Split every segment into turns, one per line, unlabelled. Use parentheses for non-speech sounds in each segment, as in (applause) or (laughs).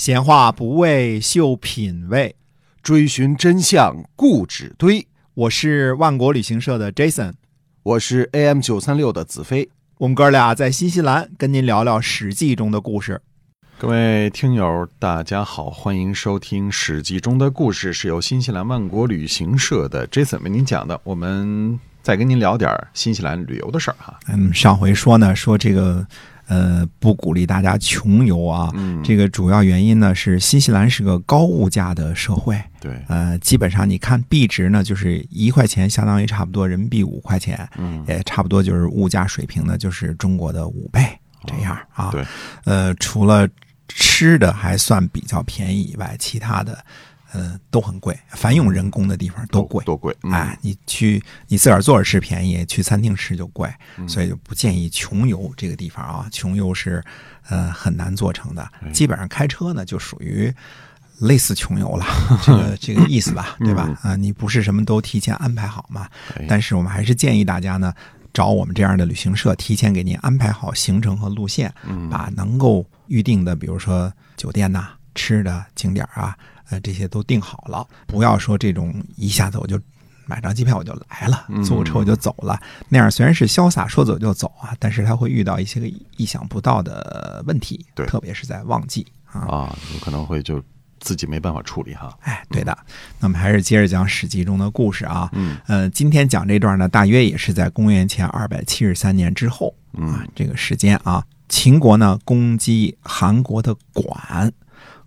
闲话不为秀品味，
追寻真相故纸堆。
我是万国旅行社的 Jason，
我是 AM 九三六的子飞。
我们哥俩在新西兰跟您聊聊《史记》中的故事。
各位听友，大家好，欢迎收听《史记》中的故事，是由新西兰万国旅行社的 Jason 为您讲的。我们再跟您聊点儿新西兰旅游的事儿哈。
嗯，上回说呢，说这个呃不鼓励大家穷游啊，
嗯
这个主要原因呢是新西兰是个高物价的社会，
对，
呃，基本上你看币值呢，就是一块钱相当于差不多人民币五块钱，
嗯，
也差不多就是物价水平呢，就是中国的五倍这样啊。
哦对，
呃，除了吃的还算比较便宜以外，其他的，呃，都很贵。凡用人工的地方都贵。
多贵。嗯
哎，，你去你自个儿做着吃便宜，去餐厅吃就贵，
嗯
所以就不建议穷游这个地方啊。穷游是，呃，很难做成的。
哎
基本上开车呢，就属于类似穷游了，这
(laughs)
个这个意思吧，对吧？
嗯
啊、你不是什么都提前安排好嘛，
哎
但是我们还是建议大家呢，找我们这样的旅行社，提前给您安排好行程和路线，把能够预定的，比如说酒店呐、吃的、景点啊，呃，这些都定好了，不要说这种一下子我就。买张机票我就来了，租个车我就走了。那样虽然是潇洒，说走就走啊，但是他会遇到一些个意想不到的问题，
对
特别是在旺季啊。
啊，有可能会就自己没办法处理哈。
哎，对的。那么还是接着讲《史记》中的故事啊。
嗯，
呃，今天讲这段呢，大约也是在公元前二百七十三年之后啊，这个时间啊，秦国呢攻击韩国的管，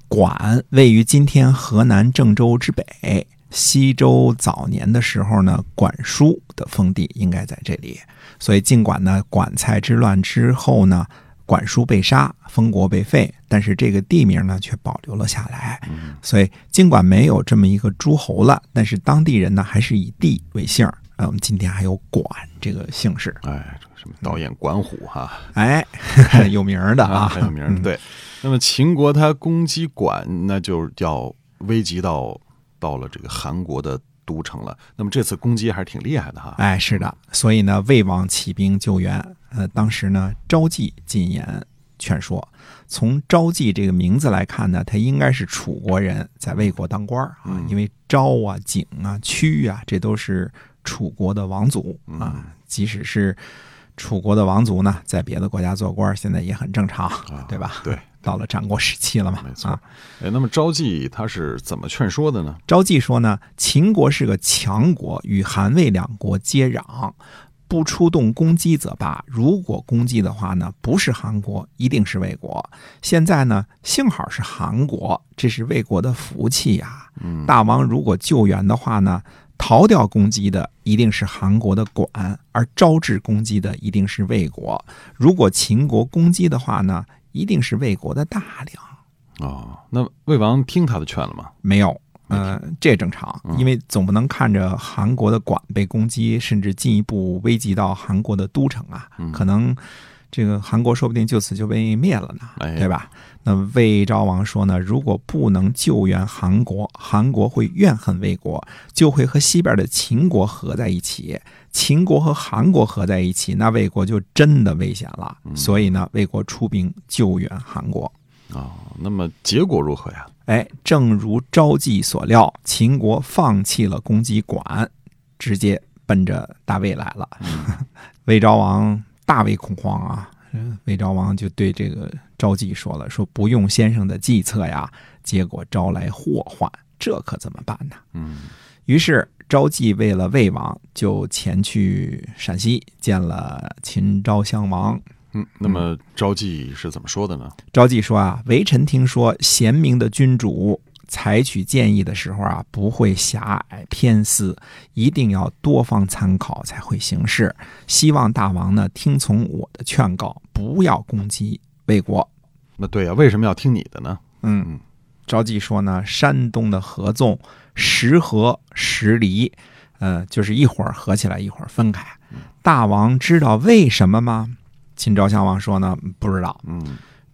管位于今天河南郑州之北。西周早年的时候呢，管叔的封地应该在这里，所以尽管呢管蔡之乱之后呢，管叔被杀，封国被废，但是这个地名呢却保留了下来。所以尽管没有这么一个诸侯了，但是当地人呢还是以地为姓儿。啊，我们今天还有管这个姓氏，
哎，这个什么导演管虎哈，
哎， (laughs) 有名儿的啊，
很有名儿。对，嗯那么秦国它攻击管，那就要危及到到了这个韩国的都城了。那么这次攻击还是挺厉害的哈。
哎，是的，所以呢，魏王起兵救援。呃，当时呢，昭季进言劝说。从昭季这个名字来看呢，他应该是楚国人，在魏国当官儿啊，
嗯
因为昭啊、景啊、屈啊，这都是楚国的王族
嗯
啊。即使是楚国的王族呢，在别的国家做官儿，现在也很正常，对吧？
对，
到了战国时期了嘛，
啊没错
啊
(laughs) 哎，那么昭季他是怎么劝说的呢？
昭季说呢，秦国是个强国，与韩魏两国接壤，不出动攻击则罢，如果攻击的话呢，不是韩国，一定是魏国。现在呢，幸好是韩国，这是魏国的福气呀、
嗯
大王如果救援的话呢，逃掉攻击的一定是韩国的管，而招致攻击的一定是魏国。如果秦国攻击的话呢，一定是魏国的大梁。
哦，那魏王听他的劝了吗？
没有，呃，这正常，因为总不能看着韩国的管被攻击，甚至进一步危及到韩国的都城啊，可能这个韩国说不定就此就被灭了
哎
呢，对吧？那魏昭王说呢，如果不能救援韩国，韩国会怨恨魏国，就会和西边的秦国合在一起。秦国和韩国合在一起，那魏国就真的危险了。所以呢，魏国出兵救援韩国。
哦，那么结果如何呀？
哎，正如昭季所料，秦国放弃了攻击管，直接奔着大魏来了。 (laughs) 魏昭王大为恐慌啊！嗯魏昭王就对这个昭季说了：“说不用先生的计策呀，结果招来祸患，这可怎么办呢？”
嗯，
于是昭季为了魏王，就前去陕西见了秦昭襄王。
嗯，那么昭季是怎么说的呢？
昭季说啊，微臣听说贤明的君主采取建议的时候啊，不会狭隘偏私，一定要多方参考才会行事。希望大王呢听从我的劝告，不要攻击魏国。
那对呀、为什么要听你的呢？
嗯，昭季说呢，山东的合纵十合十离，呃，就是一会儿合起来，一会儿分开。大王知道为什么吗？秦昭襄王说呢，不知道。
嗯，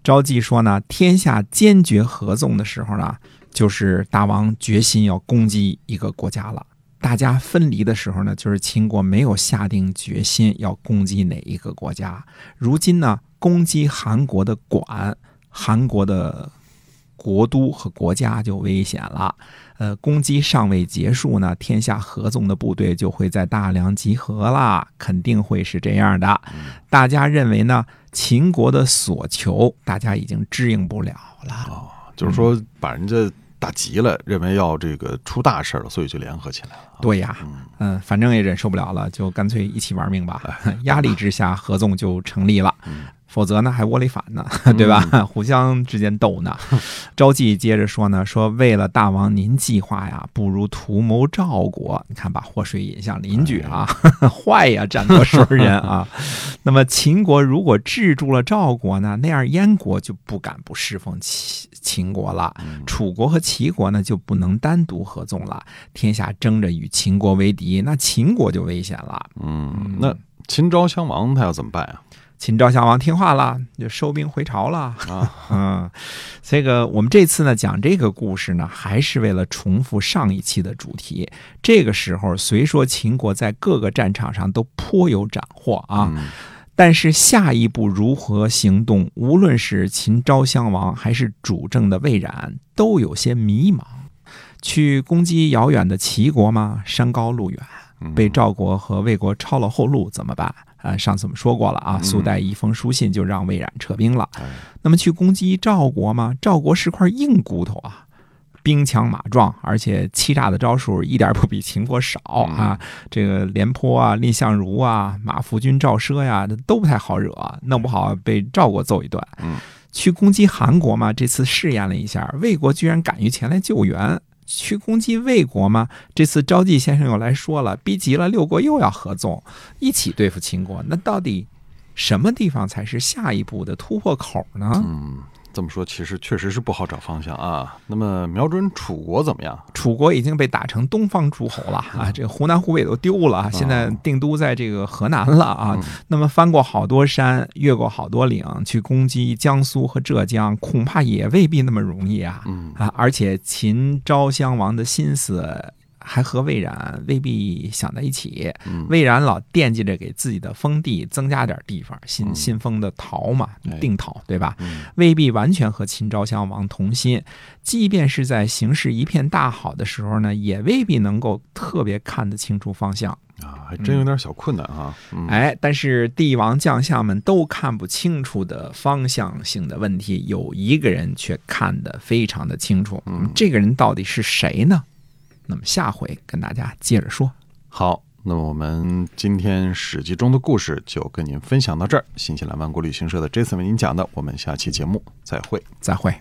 昭季说呢，天下坚决合纵的时候呢，就是大王决心要攻击一个国家了；大家分离的时候呢，就是秦国没有下定决心要攻击哪一个国家。如今呢，攻击韩国的管，韩国的国都和国家就危险了。呃，攻击尚未结束呢，天下合纵的部队就会在大梁集合啦，肯定会是这样的。大家认为呢，秦国的所求，大家已经支应不了了。
哦，就是说把人家打急了，认为要这个出大事儿了，所以就联合起来了。
对呀，
嗯，
嗯，反正也忍受不了了，就干脆一起玩命
(laughs)
吧。压力之下，合纵就成立了
嗯，
否则呢还窝里反
(laughs)
呢，对吧？ (laughs) 互相之间斗呢。招妓接着说呢，说为了大王您计划呀，不如图谋赵国。你看，把祸水引向邻居啊，(laughs)
哎
坏呀，战国时人
(laughs)
啊。那么秦国如果制住了赵国呢，那样燕国就不敢不侍奉秦秦国了。
嗯
楚国和齐国呢就不能单独合纵了，天下争着与秦国为敌，那秦国就危险了。
嗯，那秦昭襄王他要怎么办啊？
秦昭襄王听话了，就收兵回朝了。
啊，
(laughs) 嗯，这个我们这次呢讲这个故事呢，还是为了重复上一期的主题。这个时候虽说秦国在各个战场上都颇有斩获啊，
嗯
但是下一步如何行动，无论是秦昭襄王还是主政的魏冉，都有些迷茫。去攻击遥远的齐国吗？山高路远，
嗯
被赵国和魏国抄了后路怎么办？啊、上次我们说过了啊，
嗯
苏代一封书信就让魏冉撤兵了。
哎
那么去攻击赵国吗？赵国是块硬骨头啊，兵强马壮，而且欺诈的招数一点儿不比秦国少啊。
嗯
这个廉颇啊、蔺相如啊、马服军、赵奢呀、这都不太好惹，弄不好被赵国揍一顿。
嗯
去攻击韩国嘛，这次试验了一下，魏国居然敢于前来救援。去攻击魏国嘛，这次招妓先生又来说了，逼急了，六国又要合纵，一起对付秦国。那到底什么地方才是下一步的突破口呢？
嗯，这么说其实确实是不好找方向啊。那么瞄准楚国怎么样？
楚国已经被打成东方诸侯了
嗯
啊，这个湖南、湖北都丢了啊，现在定都在这个河南了啊
嗯。
那么翻过好多山，越过好多岭，去攻击江苏和浙江，恐怕也未必那么容易啊
嗯
啊！而且秦昭襄王的心思。还和魏冉未必想在一起，
嗯，
魏冉老惦记着给自己的封地增加点地方，新
嗯
新封的陶嘛
哎，
定陶对吧？
嗯
未必完全和秦昭襄王同心，即便是在形势一片大好的时候呢，也未必能够特别看得清楚方向。
啊，还真有点小困难啊。嗯，
哎，但是帝王将相们都看不清楚的方向性的问题，有一个人却看得非常的清楚。
嗯
这个人到底是谁呢？那么下回跟大家接着说。
好，那么我们今天《史记》中的故事就跟您分享到这儿。新西兰万国旅行社的 Jason 为您讲的，我们下期节目再会。
再会。